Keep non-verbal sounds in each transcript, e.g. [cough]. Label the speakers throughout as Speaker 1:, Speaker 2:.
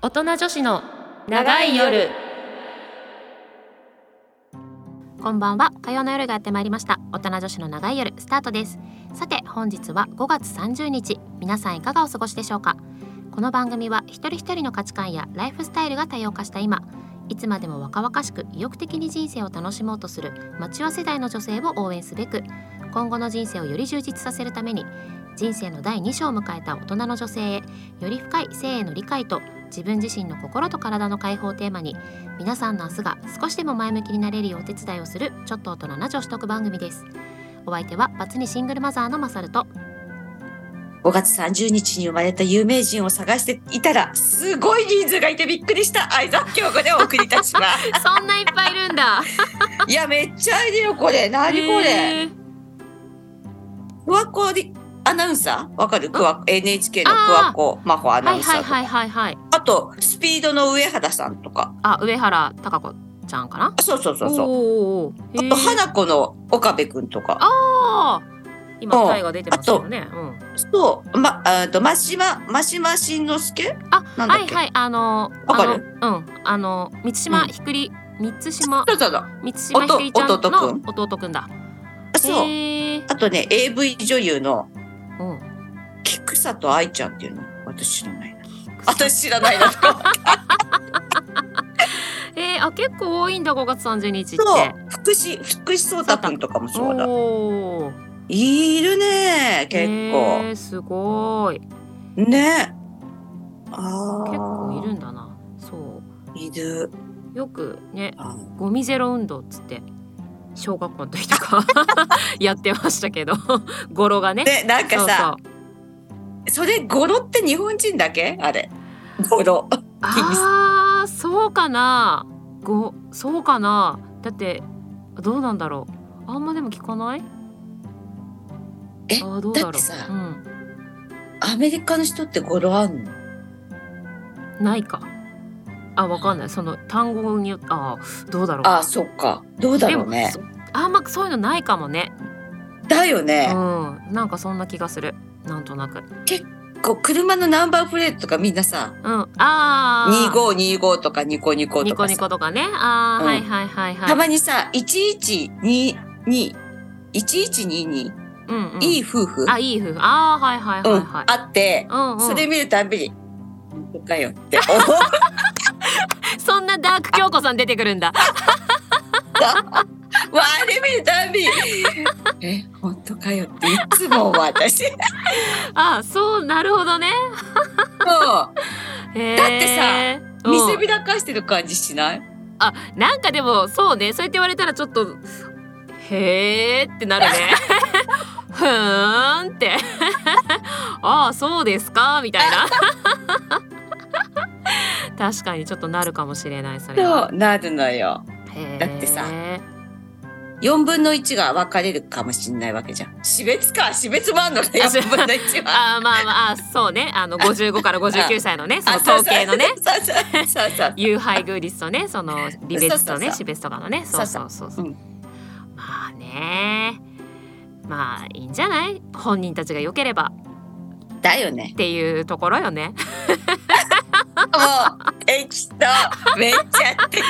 Speaker 1: 大人女子の長い夜
Speaker 2: こんばんは火曜の夜がやってまいりました大人女子の長い夜スタートですさて本日は5月30日皆さんいかがお過ごしでしょうかこの番組は一人一人の価値観やライフスタイルが多様化した今いつまでも若々しく意欲的に人生を楽しもうとする町和世代の女性を応援すべく今後の人生をより充実させるために人生の第2章を迎えた大人の女性へより深い性への理解と自分自身の心と体の解放をテーマに皆さんの明日が少しでも前向きになれるようお手伝いをするちょっと大人な女子トーク番組ですお相手はバツにシングルマザーのマサルと
Speaker 3: 5月30日に生まれた有名人を探していたらすごい人数がいてびっくりした相沢京子でお送りいたします
Speaker 2: [laughs] [laughs] そんないっぱいいるんだ
Speaker 3: いやめっちゃいるよこれ何これクワコでアナウンサーわかるクワ NHK のクワコ真帆アナ
Speaker 2: は
Speaker 3: ウ
Speaker 2: い
Speaker 3: ンサ
Speaker 2: は
Speaker 3: ー
Speaker 2: い
Speaker 3: とか、
Speaker 2: はいはいはい
Speaker 3: あとスピードの上原さんとか
Speaker 2: あ上原貴子ちゃんかな
Speaker 3: あそうそうそうそう
Speaker 2: おーおーおーへー
Speaker 3: あと花子の岡部君とか
Speaker 2: あー今
Speaker 3: うん
Speaker 2: タイが出てますよねうん
Speaker 3: そうまあと真島真島慎之介
Speaker 2: あ
Speaker 3: なんだ
Speaker 2: は
Speaker 3: っ
Speaker 2: い
Speaker 3: け、
Speaker 2: はいあのー
Speaker 3: わかる
Speaker 2: あのうんあのー満島ひくり満島
Speaker 3: そうそうそう
Speaker 2: 満島ひくりちゃんの
Speaker 3: 弟くん
Speaker 2: 弟くんだ
Speaker 3: あそう、
Speaker 2: へー
Speaker 3: あとね AV 女優の
Speaker 2: うん
Speaker 3: 菊里愛ちゃんっていうの私知らないな [laughs] 私知らない [laughs] な
Speaker 2: えー、あ結構多いんだ5月30日って
Speaker 3: そう福士福士蒼太くんとかもそうだ
Speaker 2: おー
Speaker 3: いるね結構
Speaker 2: えー、すごい
Speaker 3: ねあー
Speaker 2: 結構いるんだなそ
Speaker 3: いる
Speaker 2: うよくね
Speaker 3: あ
Speaker 2: ゴミゼロ運動っつって小学校の時と
Speaker 3: [laughs]
Speaker 2: かやってましたけど語呂がね
Speaker 3: でなんか
Speaker 2: そう
Speaker 3: さ
Speaker 2: そう
Speaker 3: それ語呂って日本人だけあれ語呂
Speaker 2: あーそうかなごそうかなだってどうなんだろうあんまでも聞かない
Speaker 3: え
Speaker 2: あーどうだろう
Speaker 3: だってさ
Speaker 2: うん、
Speaker 3: アメリカの人って語呂あんの
Speaker 2: ないかあわかんないその単語によってあーどうだろう
Speaker 3: あーそっかどうだ
Speaker 2: で
Speaker 3: ろ
Speaker 2: も
Speaker 3: うね
Speaker 2: そあんまそういうのないかもね
Speaker 3: だよ
Speaker 2: う
Speaker 3: ね、
Speaker 2: んなんかそんな気がするなんとなくうん
Speaker 3: こう車のナンバープレートとかみんなさ
Speaker 2: あー
Speaker 3: 2525とかニコニコ
Speaker 2: ニ
Speaker 3: と
Speaker 2: コ
Speaker 3: か
Speaker 2: ニ
Speaker 3: さ
Speaker 2: コとかねあー、
Speaker 3: うん
Speaker 2: はいはいはいはい
Speaker 3: たまにさ1122 1122
Speaker 2: うんうん、
Speaker 3: いい夫婦、
Speaker 2: あいい夫婦あーはいはいは
Speaker 3: う
Speaker 2: い
Speaker 3: ん
Speaker 2: はい
Speaker 3: あって、
Speaker 2: うんうん、
Speaker 3: それ見るたんびに「本当かよ」
Speaker 2: [laughs]
Speaker 3: って思っ
Speaker 2: そんなダーク京子さん出てくるんだ。
Speaker 3: たわあれ見るたんびに「え本当かよ」っていつも思う私もう
Speaker 2: あ、そうなるほどね。へー
Speaker 3: だって
Speaker 2: うん
Speaker 3: 見せびらかしてる感じしない
Speaker 2: あ、なんかでもそうね。そうやって言われたらちょっとへーってなるね。ふーんって。ああ、そうですかみたいな。確かにちょっとなるかもしれないそれ
Speaker 3: そ
Speaker 2: は。
Speaker 3: うなるのよ
Speaker 2: へー
Speaker 3: だってさ4分の1が分かれるかもしんないわけじゃん死別か死別もあんのか4分の1は
Speaker 2: あーまあまああそうねあの55から59歳のねその統計のね
Speaker 3: そうそうそう
Speaker 2: [laughs]
Speaker 3: そう
Speaker 2: 有配偶率とねその離別とね
Speaker 3: そうそうそう
Speaker 2: 死別とかのねそうそうそうそう
Speaker 3: うん
Speaker 2: まあねまあいいんじゃない本人たちが良ければ
Speaker 3: だよね
Speaker 2: っていうところよね
Speaker 3: もう適当めっちゃ適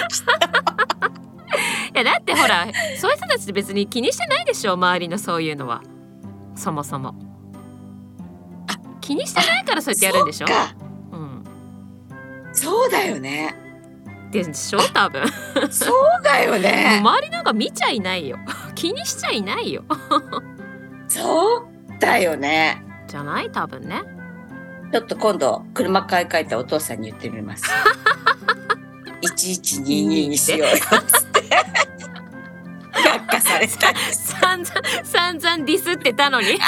Speaker 2: いやだってほ [laughs] らそういう人たちって別に気にしてないでしょ周りのそういうのはそもそも気にしてないからそうや [laughs] ってやるんでしょ
Speaker 3: 当か
Speaker 2: うん
Speaker 3: そうだよね
Speaker 2: でしょ多分も
Speaker 3: そうだ
Speaker 2: [laughs]
Speaker 3: よ
Speaker 2: う
Speaker 3: ね
Speaker 2: 周りなんか見ちゃいないよ気にしちゃいないよ
Speaker 3: そうだよね。
Speaker 2: じゃない多分ね
Speaker 3: ちょっと今度車買い替えたお父さんに言って
Speaker 2: [laughs]
Speaker 3: みます。1122にしようよつって。却下された。
Speaker 2: 散々散々ディスってたの [laughs] に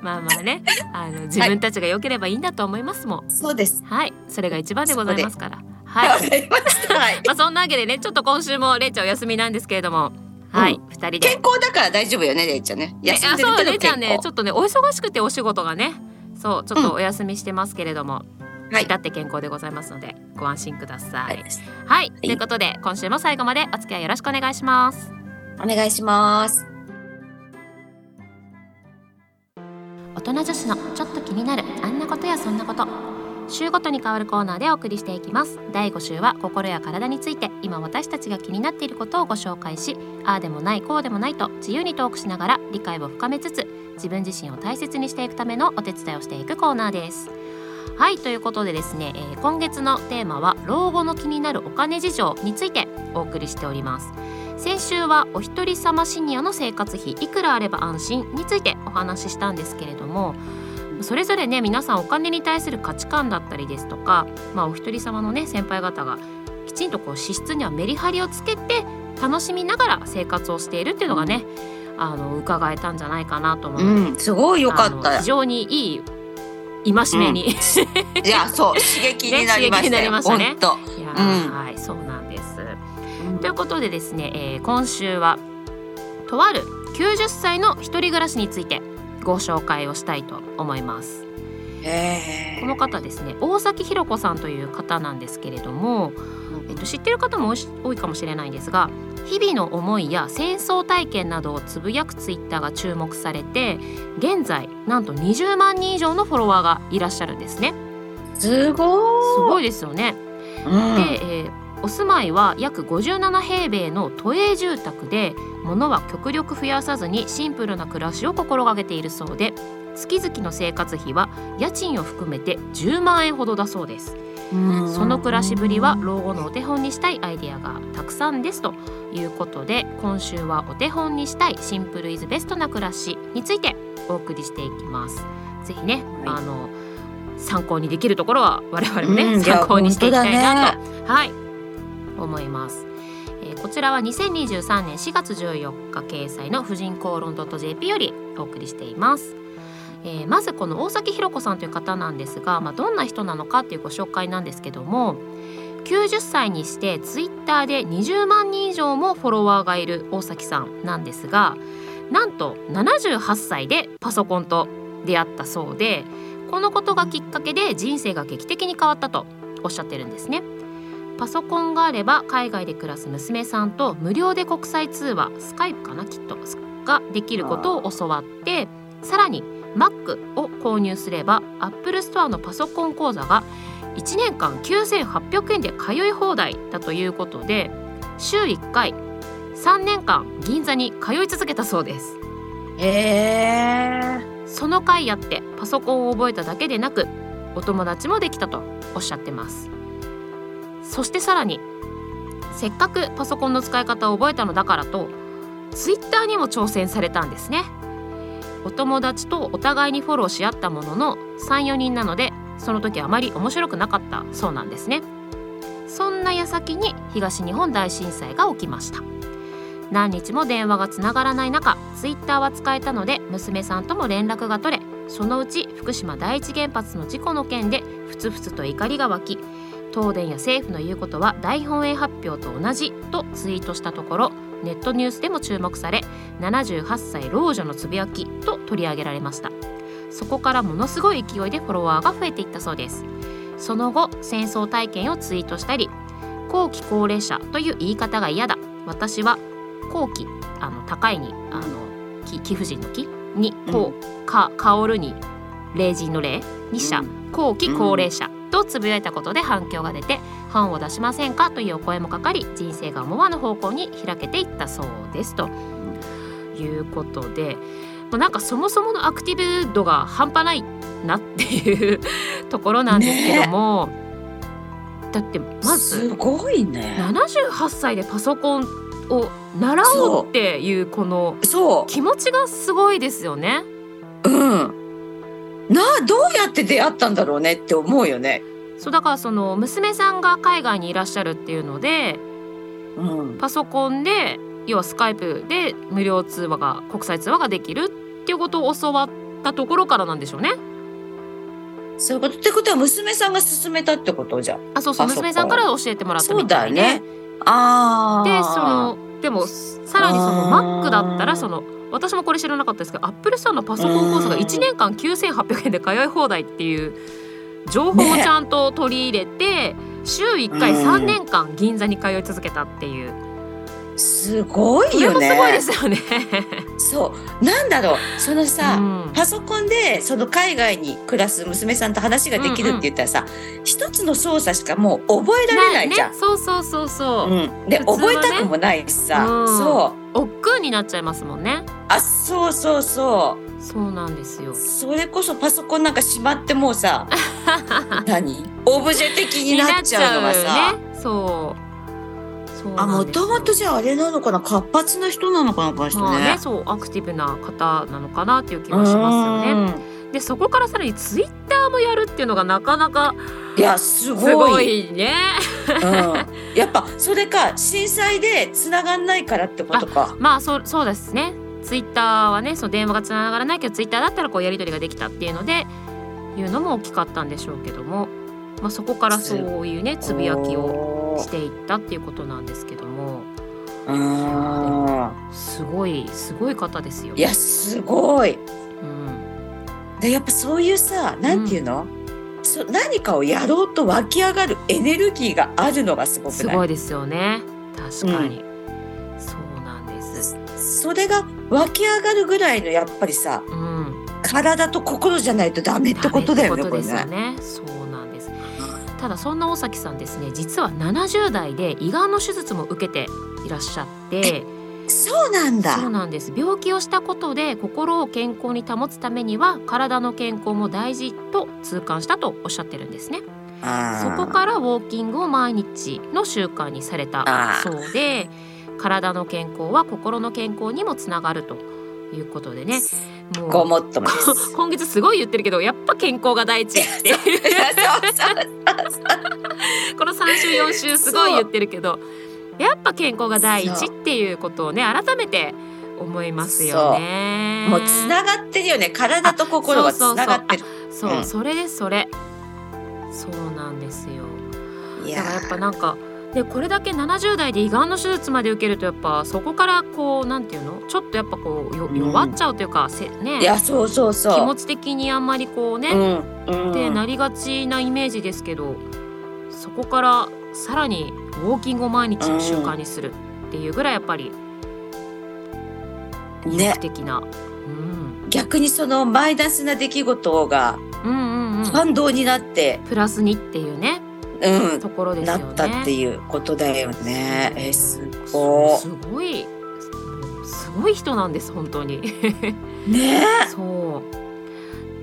Speaker 2: まあまあねあの自分たちが良ければいいんだと思いますもん
Speaker 3: そうです。
Speaker 2: はいそれが一番でございますから
Speaker 3: わ
Speaker 2: は
Speaker 3: か
Speaker 2: い
Speaker 3: りました。はい
Speaker 2: まあそんなわけでねちょっと今週もれいちゃんお休みなんですけれどもはい、二人で
Speaker 3: 健康だから大丈夫よね、れいちゃんね。
Speaker 2: ね
Speaker 3: 休ん
Speaker 2: あ
Speaker 3: でる
Speaker 2: そう
Speaker 3: け
Speaker 2: れ
Speaker 3: ど
Speaker 2: いちゃ
Speaker 3: 健
Speaker 2: んねち
Speaker 3: 康。
Speaker 2: ょっとねお忙しくてお仕事がねそうちょっとお休みしてますけれども、
Speaker 3: はい
Speaker 2: 至って健康でございますのでご安心ください
Speaker 3: は
Speaker 2: はい、
Speaker 3: い
Speaker 2: ということで今週も最後までお付き合いよろしくお願いします
Speaker 3: お願いします。
Speaker 2: 大人女子のちょっと気になるあんなやそんなこと週ごとに変わるコーナーでお送りしていきます第5週は心や体について今私たちが気になっていることをご紹介しああでもないこうでもないと自由にトークしながら理解を深めつつ自分自身を大切にしていくためのお手伝いをしていくコーナーですはいということでですね、えー今月のテーマは老後の気になるお金事情についてお送りしております先週はお一人様シニアの生活費いくらあれば安心についてお話ししたんですけれどもそれぞれね皆さんお金に対する価値観だったりですとか、まあ、お一人様のね先輩方がきちんとこう支出にはメリハリをつけて楽しみながら生活をしているっていうのがね、あの伺えたんじゃないかなと思うので、
Speaker 3: うん、すごいよかっ
Speaker 2: あの
Speaker 3: た
Speaker 2: 非。常にい [laughs] い戒めに、
Speaker 3: いや、そう、刺激になりまし
Speaker 2: ね刺激にな
Speaker 3: た
Speaker 2: り
Speaker 3: よ。
Speaker 2: ました
Speaker 3: 本
Speaker 2: ね
Speaker 3: 当。
Speaker 2: いや
Speaker 3: う
Speaker 2: ー
Speaker 3: ん
Speaker 2: はいそうなんです。ということでですね、えー今週はとある90歳の一人暮らしについてご紹介をしたいと思います。
Speaker 3: へ
Speaker 2: この方ですね大崎ひろ子さんという方なんですけれども、えっと、知ってる方も多いし多いかもしれないんですが日々の思いや戦争体験などをつぶやくツイッターが注目されて現在なんと20万人以上のフォロワーがいらっしゃるんですね。
Speaker 3: え。すご
Speaker 2: す
Speaker 3: い。
Speaker 2: ごいですよね。
Speaker 3: う
Speaker 2: で、
Speaker 3: ん
Speaker 2: えーお住まいは約57平米の都営住宅で物は極力増やさずにシンプルな暮らしを心がけているそうで月々の生活費は家賃を含めて10万円ほどだそうです
Speaker 3: うん
Speaker 2: その暮らしぶりは老後のお手本にしたいアイデアがたくさんですということで今週はお手本にしたいシンプルイズベストな暮らしについてお送りしていきますぜひね、
Speaker 3: はい
Speaker 2: あの参考にできるところは我々もね、
Speaker 3: うんいや
Speaker 2: 参考にしていきたいなと、はい思います、えーこちらは2023年4月14日掲載の婦人公論 .jp よりお送りしていますえーまずこの大崎ひろ子さんという方なんですが、まあ、どんな人なのかっていうご紹介なんですけども90歳にしてツイッターで20万人以上もフォロワーがいる大崎さんなんですがなんと78歳でパソコンと出会ったそうでこのことがきっかけで人生が劇的に変わったとおっしゃってるんですね。パソコンがあれば海外で暮らす娘さんと無料で国際通話スカイプかなきっとができることを教わってさらに Mac を購入すれば Apple Store のパソコン講座が1年間9800円で通い放題だということで週1回3年間銀座に通い続けたそうです
Speaker 3: へえ。
Speaker 2: その回やってパソコンを覚えただけでなくお友達もできたとおっしゃってますそしてさらにせっかくパソコンの使い方を覚えたのだからとツイッターにも挑戦されたんですねお友達とお互いにフォローし合ったものの34人なのでその時あまり面白くなかったそうなんですねそんな矢先に東日本大震災が起きました何日も電話がつながらない中ツイッターは使えたので娘さんとも連絡が取れそのうち福島第一原発の事故の件でふつふつと怒りが湧き東電や政府の言うことは大本営発表と同じとツイートしたところネットニュースでも注目され78歳老女のつぶやきと取り上げられましたそこからものすごい勢いでフォロワーが増えていったそうですその後戦争体験をツイートしたり後期高齢者という言い方が嫌だ私は後期あの高いにあのき貴婦人の木にこうか香るに霊人の霊に者、
Speaker 3: うん
Speaker 2: 後期高齢者とつぶやいたことで反響が出て版を出しませんかというお声もかかり人生が思わぬ方向に開けていったそうですということでもうなんかそもそものアクティブ度が半端ないなっていうところなんですけども、だってますず
Speaker 3: ごいね。
Speaker 2: 78歳でパソコンを習おうっていうこの
Speaker 3: そ
Speaker 2: 気持ちがすごいですよね。
Speaker 3: う。うん。なあ、どうやって出会ったんだろうねって思うよね。
Speaker 2: そうだからその娘さんが海外にいらっしゃるっていうので
Speaker 3: うん。
Speaker 2: パソコンで要はスカイプで無料通話が国際通話ができるっていうことを教わったところからなんでしょうね。
Speaker 3: そういうことってことは娘さんが勧めたってことじゃん。
Speaker 2: あそうそう
Speaker 3: あそっか
Speaker 2: 娘さんから教えてもらった
Speaker 3: そう
Speaker 2: み
Speaker 3: だ
Speaker 2: たい
Speaker 3: よ
Speaker 2: で、
Speaker 3: ね。ああ。
Speaker 2: でそのでもさらにその
Speaker 3: あー
Speaker 2: Mac だったらその私もこれ知らなかったですけど Apple さんのパソコンコースが1年間9800円で通い放題っていう情報を
Speaker 3: ね
Speaker 2: ちゃんと取り入れて、週1回
Speaker 3: うん
Speaker 2: 3年間銀座に通い続けたっていう
Speaker 3: すごい
Speaker 2: それ
Speaker 3: よ
Speaker 2: も
Speaker 3: ね。
Speaker 2: すごいですよね。
Speaker 3: そうなんだろうその [laughs] さ、
Speaker 2: うん
Speaker 3: パソコンでその海外に暮らす娘さんと話ができるって言ったらさ、一つの操作しかもう覚えられないじゃん。
Speaker 2: ね、そうそうそうそう。
Speaker 3: うん、で、
Speaker 2: 普通は
Speaker 3: 覚
Speaker 2: ね
Speaker 3: えたくもないしさ、
Speaker 2: うん
Speaker 3: そう
Speaker 2: 億劫になっちゃいますもんね。
Speaker 3: あそうそうそ
Speaker 2: そうなんですよ
Speaker 3: う。それこそパソコンなんかしまっても
Speaker 2: [laughs]
Speaker 3: うさ何オブジェ的になっちゃうのが
Speaker 2: になっ
Speaker 3: さ、
Speaker 2: ちゃうね、そう。そうな
Speaker 3: あも
Speaker 2: んですよ
Speaker 3: ともとじゃああれなのかな活発な人なのかなこの人ね。
Speaker 2: まあね、そうアクティブな方なのかなっていう気がしますよね。
Speaker 3: ね。
Speaker 2: でそこからさらにツイッターもやるっていうのがなかなか
Speaker 3: いやすごい
Speaker 2: すごいね。
Speaker 3: うん、やっぱそれか震災で繋がんないからってことか。
Speaker 2: まあそうそうですね。ツイッターはねその電話がつながらないけどツイッターだったらこうやり取りができたっていうのでいうのも大きかったんでしょうけども、まあ、そこからそういうねつぶやきを
Speaker 3: を
Speaker 2: していったっていうことなんですけども
Speaker 3: うん
Speaker 2: すごいすごい方ですよ。
Speaker 3: いやすごい。
Speaker 2: うん、
Speaker 3: でやっぱそういうさなんていうの、そ何かをやろうと湧き上がるエネルギーがあるのがすごく
Speaker 2: す
Speaker 3: ない
Speaker 2: ごいですよね確かに、そうなんです。
Speaker 3: それが湧き上がるぐらいのやっぱりさ
Speaker 2: うん
Speaker 3: 体と心じゃないとダメってことだよね
Speaker 2: ダ
Speaker 3: こ
Speaker 2: メっ
Speaker 3: れ
Speaker 2: てことですよ
Speaker 3: ね。
Speaker 2: ね。そうなんです。ただそんな大崎さんですね、実は70代で胃がんの手術も受けていらっしゃって、
Speaker 3: そうなんだ。
Speaker 2: そうなんです。病気をしたことで心を健康に保つためには体の健康も大事と痛感したとおっしゃってるんですね。そ
Speaker 3: あー
Speaker 2: こからウォーキングを毎日の習慣にされた
Speaker 3: あー
Speaker 2: そうで、体の健康は心の健康にもつながるということでね、もう
Speaker 3: ごもっともです。
Speaker 2: 今月すごい言ってるけどやっぱ健康が第一っていう
Speaker 3: いや [laughs] そうそう
Speaker 2: この3週4週すごい言ってるけどやっぱ健康が第一っていうことをね改めて思いますよね。
Speaker 3: もうつながってるよね体と心がつながってる
Speaker 2: そう、
Speaker 3: うん
Speaker 2: それですそれそうなんですよ
Speaker 3: い
Speaker 2: だからやっぱ
Speaker 3: ー
Speaker 2: なんかでこれだけ70代で胃がんの手術まで受けるとやっぱそこからこうなんていうのちょっとやっぱこうよ
Speaker 3: うん
Speaker 2: 弱っちゃうというか、せね
Speaker 3: いやそうそうそう
Speaker 2: 気持ち的にあんまりこうね、
Speaker 3: うん
Speaker 2: って
Speaker 3: うん、
Speaker 2: なりがちなイメージですけどそこからさらにウォーキングを毎日の習慣にするっていうぐらいやっぱり魅
Speaker 3: ね
Speaker 2: 力的な、うん、
Speaker 3: 逆にそのマイナスな出来事が
Speaker 2: うんうんうん
Speaker 3: 反動になって、
Speaker 2: プラスにっていうね
Speaker 3: うん
Speaker 2: ところです
Speaker 3: な
Speaker 2: よね。
Speaker 3: ったっていうことだよね。えーす
Speaker 2: そ
Speaker 3: ご
Speaker 2: うすごいすごい人なんです本当に。
Speaker 3: いね
Speaker 2: そ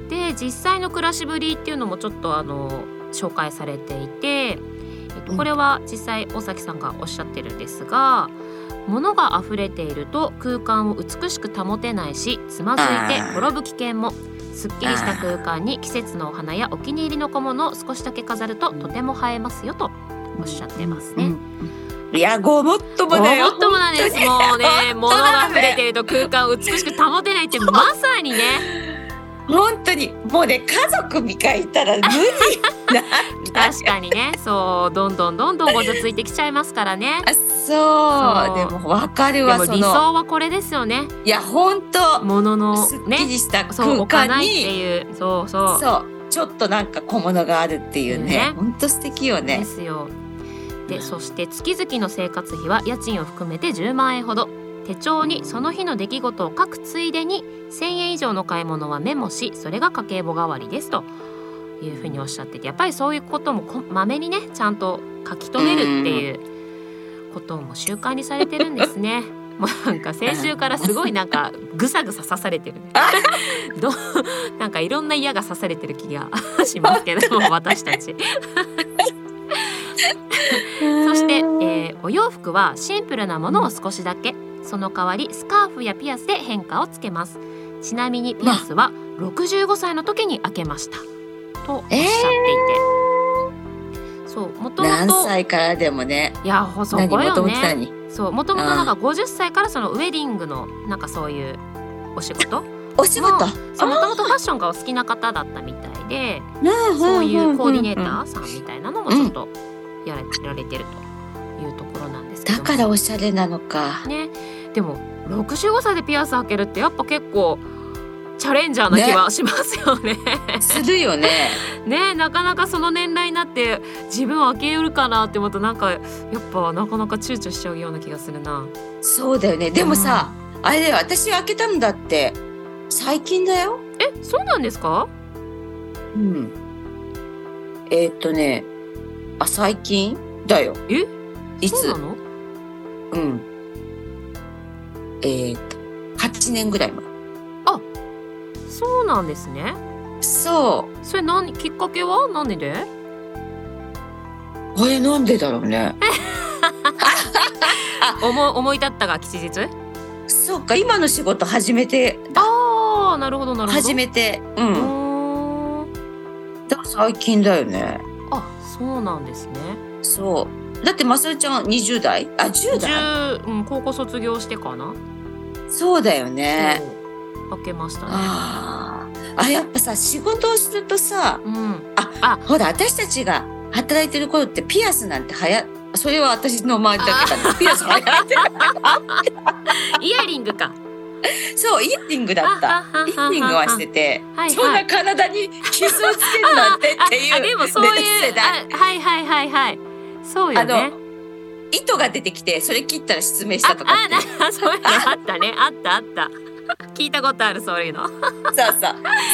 Speaker 2: うで実際の暮らしぶりっていうのもちょっとあの紹介されていて、えっと、
Speaker 3: うん
Speaker 2: これは実際大崎さんがおっしゃってるんですが物が溢れていると空間を美しく保てないしつまずいて
Speaker 3: あー
Speaker 2: 転ぶ危険もすっきりした空間に季節のお花やお気に入りの小物を少しだけ飾るととても映えますよとおっしゃってますね。
Speaker 3: いやごもっとも
Speaker 2: ごも
Speaker 3: だよ
Speaker 2: っ。ともなんですもうね
Speaker 3: 本
Speaker 2: 物
Speaker 3: 当
Speaker 2: が
Speaker 3: だね
Speaker 2: 溢れていると空間を美しく保てないってまさにね
Speaker 3: 本当にもうね家族みたいたら無理な。
Speaker 2: 確かにねそうどんどんどんどんごちゃついてきちゃいますからね
Speaker 3: あそう
Speaker 2: そう
Speaker 3: でもわか
Speaker 2: で
Speaker 3: るわ
Speaker 2: も
Speaker 3: そ
Speaker 2: 理
Speaker 3: の
Speaker 2: 想はこれですよね
Speaker 3: いや本当
Speaker 2: ものの
Speaker 3: すっき
Speaker 2: ね
Speaker 3: りした
Speaker 2: そう
Speaker 3: 空
Speaker 2: 置かな
Speaker 3: 間
Speaker 2: いっ
Speaker 3: に
Speaker 2: ていうそうそう
Speaker 3: そうちょっとなんか小物があるっていう
Speaker 2: ね
Speaker 3: ね本当素敵よ
Speaker 2: で
Speaker 3: ね
Speaker 2: すよで、
Speaker 3: うん
Speaker 2: そして月々の生活費は家賃を含めて10万円ほど手帳にその日の出来事を書くついでに1,000円以上の買い物はメモしそれが家計簿代わりですというふうにおっしゃっててやっぱりそういうこともこまめにねちゃんと書き留めるっていうことも習慣にされてるんですね。 [laughs] もうなんか先週からすごいなんかぐさぐさ刺されてる
Speaker 3: [laughs]
Speaker 2: どうなんかいろんな嫌が刺されてる気がしますけども私たちそして、えーお洋服はシンプルなものを少しだけその代わりスカーフやピアスで変化をつけますちなみにピアスは65歳の時に開けましたとおっしゃっていて、そうもとも
Speaker 3: 何
Speaker 2: と
Speaker 3: 歳からでもね
Speaker 2: いやほそ
Speaker 3: 何
Speaker 2: こ
Speaker 3: もと
Speaker 2: よ
Speaker 3: もと
Speaker 2: ね
Speaker 3: 何
Speaker 2: そうもともとなんか50歳からそのウェディングのなんかそういうお仕事
Speaker 3: お仕事
Speaker 2: もそうもともとファッションがお好きな方だったみたいで
Speaker 3: そ
Speaker 2: そういうコーディネータ
Speaker 3: ー
Speaker 2: ーさんみたいなのもちょっとやらやられてるというところなんですけど
Speaker 3: だ
Speaker 2: も
Speaker 3: からおしゃれなのか
Speaker 2: ねでも65歳でピアス開けるってやっぱ結構チャレンジャーな気はしますよね [laughs]
Speaker 3: するよね
Speaker 2: ねえなかなかその年代になって自分を開けよるかなって思うとなんかやっぱなかなか躊躇しちゃうような気がするな
Speaker 3: そうだよねでもさ、あれだよ私開けたんだって最近だよ
Speaker 2: えそうなんですか
Speaker 3: うんえーっとねあ最近だよ
Speaker 2: え
Speaker 3: い
Speaker 2: そう
Speaker 3: つ
Speaker 2: なの
Speaker 3: うんえーっと8年ぐらい前
Speaker 2: そうなんですね
Speaker 3: そ
Speaker 2: それ何きっかけは何で
Speaker 3: うあれなんでだろうね
Speaker 2: 思い思い立ったが吉日
Speaker 3: そうか今の仕事始めて
Speaker 2: ああなるほどなるほど
Speaker 3: 始めてうん
Speaker 2: うーん
Speaker 3: だから最近だよね
Speaker 2: あそうなんですね
Speaker 3: そうだってまさるちゃん20代あ10代
Speaker 2: 10、うん、高校卒業してかな、
Speaker 3: そうだよね
Speaker 2: そう開けましたね
Speaker 3: あーあやっぱさ仕事をするとさ
Speaker 2: うん
Speaker 3: ほら私たちが働いてる頃ってピアスなんてはやそれは私の周りだけだねピアスはやってる
Speaker 2: イヤリングか
Speaker 3: そうイッティングだったイッティングはしてて
Speaker 2: はいはい
Speaker 3: そんな体に傷をつけるなんてってい
Speaker 2: あ
Speaker 3: う
Speaker 2: でもそういう、
Speaker 3: 世代
Speaker 2: あはいはいはいはいそうよね
Speaker 3: あの糸が出てきてそれ切ったら失明し
Speaker 2: あ
Speaker 3: たとかっていう
Speaker 2: あなそういうのあったねあったあった聞いたことあるそういうの
Speaker 3: そうそう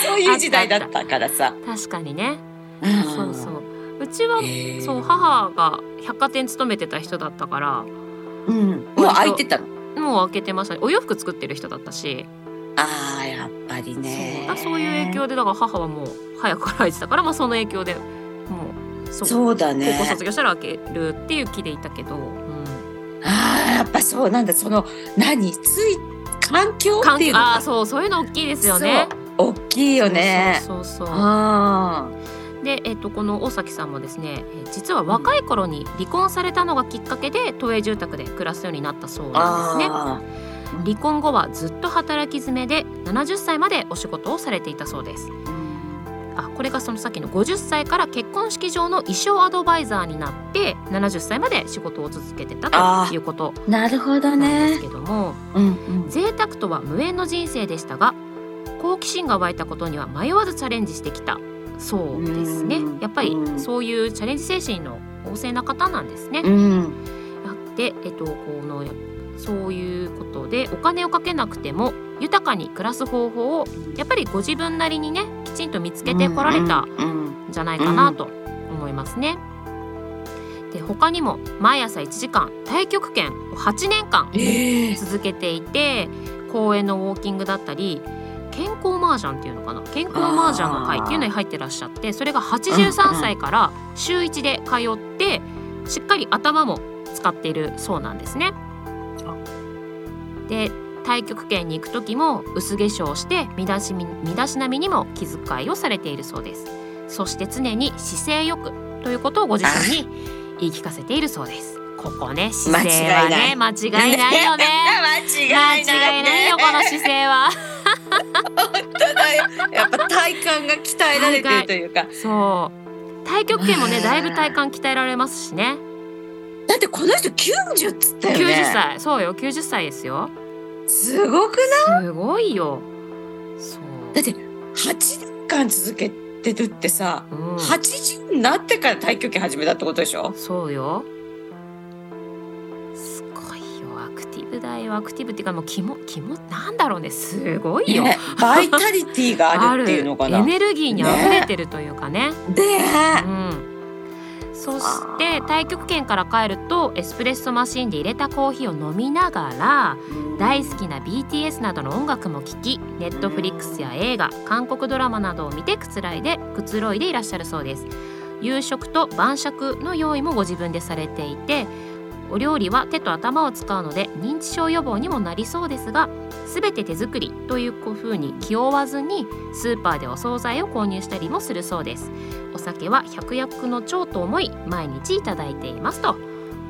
Speaker 3: そういう時代だったからさ。
Speaker 2: 確かにね、
Speaker 3: うん
Speaker 2: そうそううちは、
Speaker 3: へー
Speaker 2: そう母が百貨店勤めてた人だったから
Speaker 3: うん、もう開いてたの。
Speaker 2: もう開けてましたねお洋服作ってる人だったし、
Speaker 3: ああやっぱりね
Speaker 2: そうだそういう影響でだから母はもう早く開いてたからまあその影響でもうそう
Speaker 3: そうだね
Speaker 2: 高校卒業したら開けるっていう気でいたけど、うん、
Speaker 3: ああやっぱそうなんだその何つい環境
Speaker 2: 環
Speaker 3: ってい
Speaker 2: 境
Speaker 3: うの
Speaker 2: あ
Speaker 3: か
Speaker 2: あそうそういうの大きいですよね。
Speaker 3: そう大きいよね
Speaker 2: そうそうそう
Speaker 3: あ
Speaker 2: で、えっとこの大崎さんもですねえー実は若い頃に離婚されたのがきっかけで都営住宅で暮らすようになったそうな
Speaker 3: あ
Speaker 2: んですね。
Speaker 3: あ
Speaker 2: 離婚後はずっと働き詰めで70歳までお仕事をされていたそうです
Speaker 3: あうん
Speaker 2: あこれがその先の50歳から結婚式場の衣装アドバイザーになって70歳まで仕事を続けてた
Speaker 3: あー
Speaker 2: ということ
Speaker 3: なるほ
Speaker 2: な
Speaker 3: ど
Speaker 2: んです
Speaker 3: ね
Speaker 2: けども、
Speaker 3: うんうん
Speaker 2: 贅沢とは無縁の人生でしたが好奇心が湧いたことには迷わずチャレンジしてきたそうですね
Speaker 3: うん
Speaker 2: やっぱり
Speaker 3: うん
Speaker 2: そういうチャレンジ精神の旺盛な方なんですね。
Speaker 3: うん
Speaker 2: で、えっと、このやそういうことでお金をかけなくても豊かに暮らす方法をやっぱりご自分なりにねきちんと見つけてこられたん
Speaker 3: うん
Speaker 2: じゃないかなと思いますね。で他にも毎朝1時間太極拳を8年間
Speaker 3: ええ
Speaker 2: 続けていて公園のウォーキングだったり健康麻雀っていうのかな健康麻雀の会っていうのに入ってらっしゃってそれが83歳から週1で通ってしっかり頭も使っているそうなんですね
Speaker 3: あ。
Speaker 2: で太極拳に行く時も薄化粧して身だしみ身だしなみにも気遣いをされているそうです。そして常に姿勢よくということをご自身に言い聞かせているそうです。ここね姿勢はね [laughs] 間違いないよね。
Speaker 3: [laughs] 間違いない
Speaker 2: 間違いないよこの姿勢は
Speaker 3: やっぱ体幹が鍛えられてるというか
Speaker 2: [laughs] そう太極拳もねだいぶ体幹鍛えられますしね
Speaker 3: だってこの人90っつったよね
Speaker 2: 90歳そうよ90歳ですよ
Speaker 3: すごくない
Speaker 2: すごいよそう
Speaker 3: だって8年間続けてるってさ
Speaker 2: うん
Speaker 3: 80になってから太極拳始めたってことでしょ
Speaker 2: そうよすごいよアクティブだよアクティブっていうかもう気も気もなんだろうねすごいよ、
Speaker 3: ねバイタリティがあるっていうのか
Speaker 2: あ
Speaker 3: な。
Speaker 2: る
Speaker 3: で
Speaker 2: エネルギーに溢れてるというかねうん、そして太極拳から帰るとエスプレッソマシンで入れたコーヒーを飲みながら大好きな BTS などの音楽も聴き Netflix や映画韓国ドラマなどを見てくつらいでくつろいでいらっしゃるそうです夕食と晩酌の用意もご自分でされていてお料理は手と頭を使うので認知症予防にもなりそうですが全て手作りというふうに気負わずにスーパーでお惣菜を購入したりもするそうですお酒は百薬の長と思い毎日いただいていますと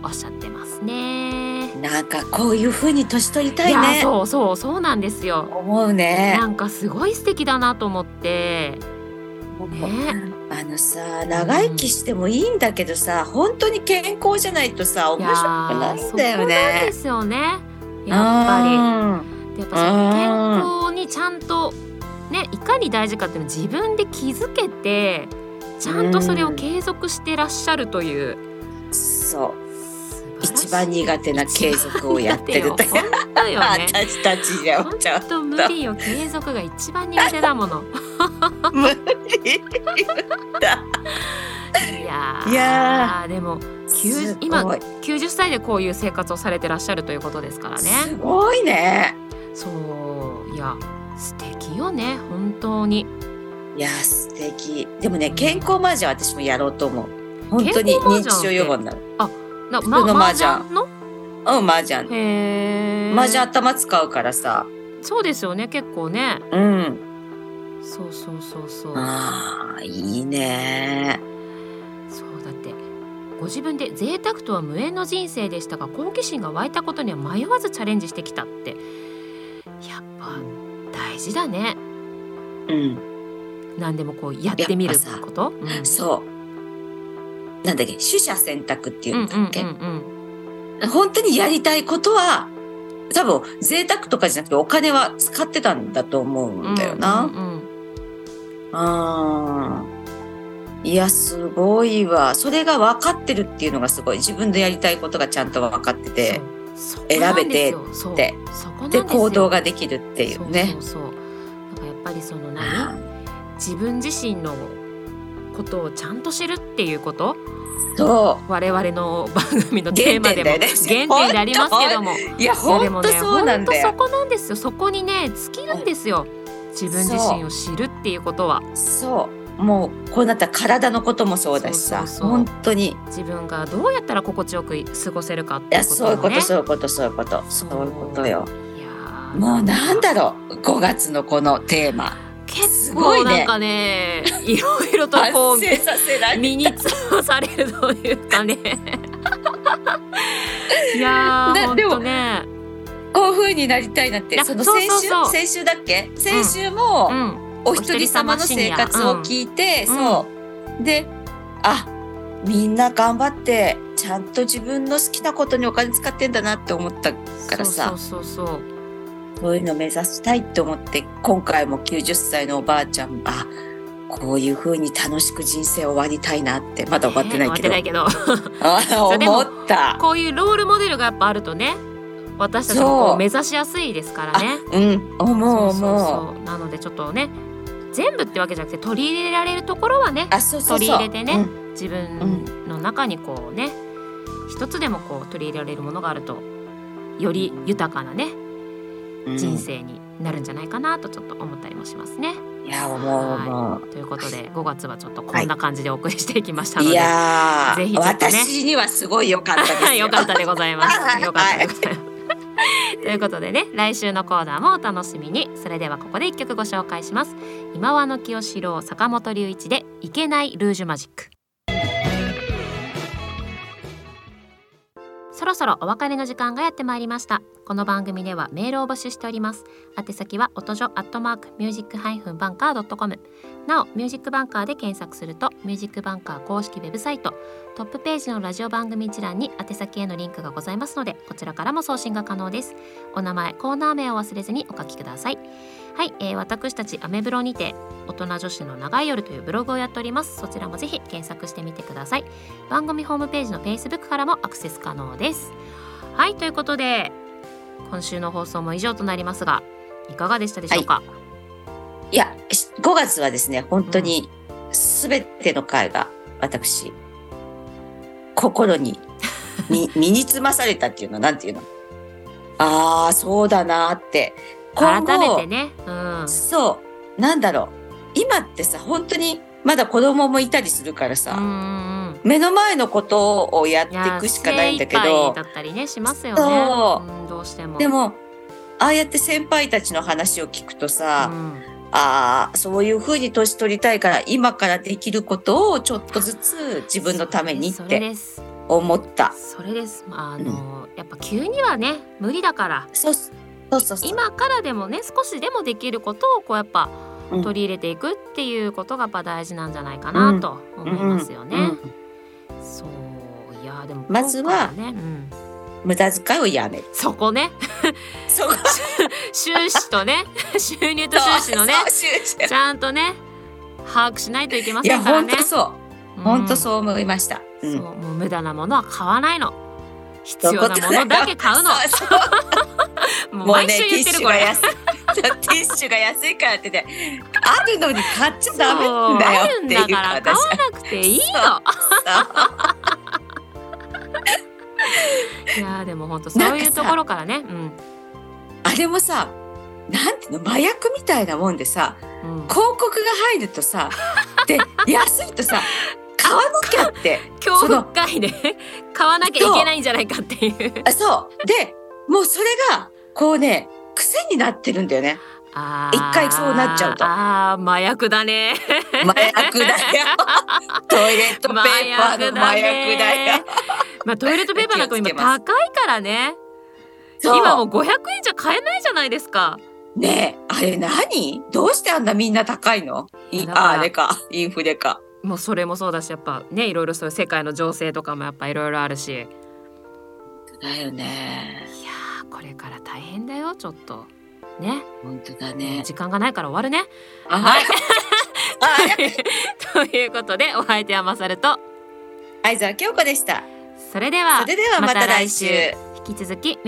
Speaker 2: おっしゃってますね
Speaker 3: なんかこういう風に年取りたい
Speaker 2: や
Speaker 3: ね。
Speaker 2: そうそうそうなんですよ
Speaker 3: 思うね
Speaker 2: な。んかすごい素敵だなと思ってね
Speaker 3: あのさ長生きしてもいいんだけどさ、本当に健康じゃないとさ
Speaker 2: い
Speaker 3: 面
Speaker 2: やー
Speaker 3: 白くないんだよ
Speaker 2: そこなんで
Speaker 3: ね。
Speaker 2: すよねやっぱ
Speaker 3: り。
Speaker 2: りでやっぱその健康にちゃんとねいかに大事かっていうのを自分で気づけてちゃんとそれを継続してらっしゃるという
Speaker 3: そう
Speaker 2: 素晴らしい
Speaker 3: 一番苦手な継続をやってる
Speaker 2: だ
Speaker 3: と
Speaker 2: ってよ本当よね
Speaker 3: 私たちじゃ
Speaker 2: 本
Speaker 3: ちょっ
Speaker 2: 当無理よ継続が一番苦手だもの
Speaker 3: と無理
Speaker 2: いやー
Speaker 3: [laughs] いや
Speaker 2: でも急
Speaker 3: すごい
Speaker 2: 今90歳でこういう生活をされてらっしゃるということですから
Speaker 3: す
Speaker 2: ね
Speaker 3: ごいね
Speaker 2: そういや素敵よね本当に
Speaker 3: いや素敵でもね健康麻雀私もやろうと思う本当に
Speaker 2: 健康麻
Speaker 3: 認
Speaker 2: 雀っ
Speaker 3: 知
Speaker 2: て
Speaker 3: 症予防になる
Speaker 2: な
Speaker 3: 普通の
Speaker 2: ま
Speaker 3: 麻雀
Speaker 2: 麻雀の
Speaker 3: うん麻雀
Speaker 2: へー
Speaker 3: 麻雀頭使うからさ
Speaker 2: そうですよね結構ね
Speaker 3: うん
Speaker 2: そうそうそうそう
Speaker 3: あーいいね
Speaker 2: そうだってご自分で贅沢とは無縁の人生でしたが好奇心が湧いたことには迷わずチャレンジしてきたってやっぱ大事だね
Speaker 3: うん
Speaker 2: 何でもこうやってみる
Speaker 3: やっぱさ
Speaker 2: こと、うん、
Speaker 3: そうなんだっけ取捨選択ってい
Speaker 2: うん
Speaker 3: うんだっけ、
Speaker 2: うんうん
Speaker 3: 本当にやりたいことは多分贅沢とかじゃなくてお金は使ってたんだと思
Speaker 2: う
Speaker 3: うんんだよな。
Speaker 2: うんうん
Speaker 3: あーいやすごいわそれが分かってるっていうのがすごい自分のやりたいことがちゃんと分かってて
Speaker 2: そうそこな
Speaker 3: 選べ
Speaker 2: んで
Speaker 3: て
Speaker 2: すよそう
Speaker 3: って
Speaker 2: そこなんです
Speaker 3: で
Speaker 2: よ
Speaker 3: 行動ができるっていうね
Speaker 2: そう。そうそうだからやっぱりその何
Speaker 3: あ
Speaker 2: 自分自身のことをちゃんと知るっていうこと
Speaker 3: ーそ
Speaker 2: 我々の番組のテーマでも
Speaker 3: 原点だよね
Speaker 2: 原点でありますけども
Speaker 3: ういや
Speaker 2: いやで
Speaker 3: 本
Speaker 2: も
Speaker 3: 当
Speaker 2: ね
Speaker 3: そうなん
Speaker 2: ほ
Speaker 3: だ
Speaker 2: ん
Speaker 3: よ。
Speaker 2: とそこなんですよそこにね尽きるんですよ自分自身を知るっていうことは
Speaker 3: そうもうこうなったら体のこともそうだしさ
Speaker 2: そうそうそう
Speaker 3: 本当にい
Speaker 2: 自分がどうやったら心地よく過ごせるかってい
Speaker 3: や
Speaker 2: うこと
Speaker 3: そういう
Speaker 2: を
Speaker 3: こ
Speaker 2: ね
Speaker 3: とそういうことそういうことそういうことよ。
Speaker 2: いやー
Speaker 3: もうなんだろう5月のこのテーマ。
Speaker 2: 結
Speaker 3: すご
Speaker 2: 構
Speaker 3: いね
Speaker 2: なんかねいろいろとこう
Speaker 3: 反省させられ
Speaker 2: 身につまされるというか
Speaker 3: [laughs]
Speaker 2: ねいやー
Speaker 3: ね
Speaker 2: ほん
Speaker 3: でも
Speaker 2: とね
Speaker 3: こういう風になりたいなっ
Speaker 2: い
Speaker 3: て
Speaker 2: や
Speaker 3: その
Speaker 2: そう
Speaker 3: 先週
Speaker 2: そうそう
Speaker 3: 先週だっけ先週も
Speaker 2: うん
Speaker 3: お一人様の生活を聞いて、
Speaker 2: うん
Speaker 3: そうであみんな頑張ってちゃんと自分の好きなことにお金使ってんだなって思ったから
Speaker 2: そ
Speaker 3: さ
Speaker 2: うそうそうそう
Speaker 3: そういうの目指したいって思って今回も90歳のおばあちゃんあこういう風に楽しく人生を終わりたいなってまだ終わってないけど、
Speaker 2: [laughs] ね終わってないけど
Speaker 3: あ
Speaker 2: そうでも
Speaker 3: 思った。
Speaker 2: こういうロールモデルがやっぱあるとね私たちもこ
Speaker 3: そう
Speaker 2: う目指しやすいですから
Speaker 3: あ
Speaker 2: ね
Speaker 3: うん思う思う
Speaker 2: そうそうなのでちょっとね全部ってわけじゃなくて取り入れられるところはね
Speaker 3: あそうそうそ
Speaker 2: 取
Speaker 3: う
Speaker 2: り入れてね
Speaker 3: うん
Speaker 2: 自分の中にこうね一つでもこう取り入れられるものがあるとより豊かなね
Speaker 3: うん
Speaker 2: 人生になるんじゃないかなとちょっと思ったりもしますね。
Speaker 3: いや思う思う。
Speaker 2: ということで5月はちょっとこんな感じでお送りしていきましたの
Speaker 3: い
Speaker 2: で、
Speaker 3: やー
Speaker 2: ぜひちょっとね
Speaker 3: 私にはすごい良
Speaker 2: [laughs]
Speaker 3: かったです
Speaker 2: はい、よかったでございます。
Speaker 3: はい
Speaker 2: よかったでございます。ということでね、来週のコーナーもお楽しみに。それではここで一曲ご紹介します。今和の清志郎坂本龍一でいけないルージュマジック。そろそろお別れの時間がやってまいりました。この番組ではメールを募集しております。宛先は音じょアットマークミュージックハイフンバンカードットコム。なお、ミュージックバンカーで検索すると、ミュージックバンカー公式ウェブサイト、トップページのラジオ番組一覧に宛先へのリンクがございますのでこちらからも送信が可能ですお名前コーナー名を忘れずにお書きくださいはい、えー私たちアメブロにて大人女子の長い夜というブログをやっておりますそちらもぜひ検索してみてください番組ホームページの Facebook からもアクセス可能ですはいということで今週の放送も以上となりますがいかがでしたでしょうか、
Speaker 3: いや5月はですね本当に全ての回が私心に
Speaker 2: [laughs]
Speaker 3: に身につまされたっていうのなんていうのああそうだなーって今後
Speaker 2: 改めてねうん
Speaker 3: そうなんだろう今ってさ本当にまだ子供もいたりするからさ、
Speaker 2: うんうん
Speaker 3: 目の前のことをやってい
Speaker 2: や
Speaker 3: くしかないんだけ
Speaker 2: 精一
Speaker 3: ど
Speaker 2: 杯だったりねしますよね。
Speaker 3: そ
Speaker 2: うんどうしても。
Speaker 3: でもああやって先輩たちの話を聞くと
Speaker 2: う
Speaker 3: さ、
Speaker 2: ん、
Speaker 3: ああ、そういうふうに年取りたいから、今からできることをちょっとずつ自分のためにっ
Speaker 2: それ
Speaker 3: て
Speaker 2: です。
Speaker 3: 思った。
Speaker 2: それです。まああの、やっぱ急にはね無理だから。
Speaker 3: そうそうそうそう。
Speaker 2: 今からでもね少しでもできることをこうやっぱ
Speaker 3: うん
Speaker 2: 取り入れていくっていうことがやっぱ大事なんじゃないかなと思いますよね。
Speaker 3: うん
Speaker 2: そういやでも
Speaker 3: まずは
Speaker 2: 今回ね、うん、
Speaker 3: 無駄遣いをやめる。
Speaker 2: そこね
Speaker 3: そう
Speaker 2: [laughs] 収支とね収入と収支のね
Speaker 3: そう収支
Speaker 2: ちゃんとね把握しないといけま
Speaker 3: い
Speaker 2: せ
Speaker 3: や
Speaker 2: んから
Speaker 3: 本
Speaker 2: ね
Speaker 3: 当そう本当
Speaker 2: う
Speaker 3: そ
Speaker 2: ん、
Speaker 3: う思いました、うん
Speaker 2: そうもう無駄なものは買わないの必要なものだけ買うの
Speaker 3: そうそう
Speaker 2: もう
Speaker 3: もうね
Speaker 2: 毎週
Speaker 3: テ
Speaker 2: 言
Speaker 3: ィッ
Speaker 2: ってる
Speaker 3: シュ
Speaker 2: こ
Speaker 3: が
Speaker 2: れ
Speaker 3: 安いティッシュが安いからってねあるのに買っちゃダメ
Speaker 2: そうあるん
Speaker 3: な
Speaker 2: だ
Speaker 3: んだよっていう
Speaker 2: から買わ
Speaker 3: 話
Speaker 2: なくていいのいやーでも本当そういうところからねうん
Speaker 3: あれもさなんていうの麻薬みたいなもんでさ
Speaker 2: うん
Speaker 3: 広告が入ると [laughs] さで安いとさ買わなきゃって
Speaker 2: 恐怖深いね買わなきゃいけないんじゃないかっていう
Speaker 3: あそうでもうそれがこうね癖になってるんだよ [laughs] ね
Speaker 2: あー
Speaker 3: 一回そうなっちゃうと
Speaker 2: あー麻薬だね
Speaker 3: [laughs] 麻薬 [laughs] だよトイレットペーパーの麻薬だよ
Speaker 2: まあトイレットペーパーなんかも今
Speaker 3: 気をつけま
Speaker 2: 高
Speaker 3: す
Speaker 2: いからね
Speaker 3: そう
Speaker 2: 今もう500円じゃ買えないじゃないですか
Speaker 3: ねえあれ何どうしてあんなみんな高いのい
Speaker 2: だから
Speaker 3: ああれかインフレか
Speaker 2: もうそれもそうだしやっぱねいろいろそういう世界の情勢とかもやっぱいろいろあるしいや
Speaker 3: だよね
Speaker 2: ーこれから大変だよちょっとね
Speaker 3: 本当だね
Speaker 2: 時間がないから終わる
Speaker 3: [laughs]
Speaker 2: ね
Speaker 3: あはいあ
Speaker 2: ということでお相手はマサルと
Speaker 3: 相沢京子でした
Speaker 2: それでは
Speaker 3: それではまた来週
Speaker 2: 引き続き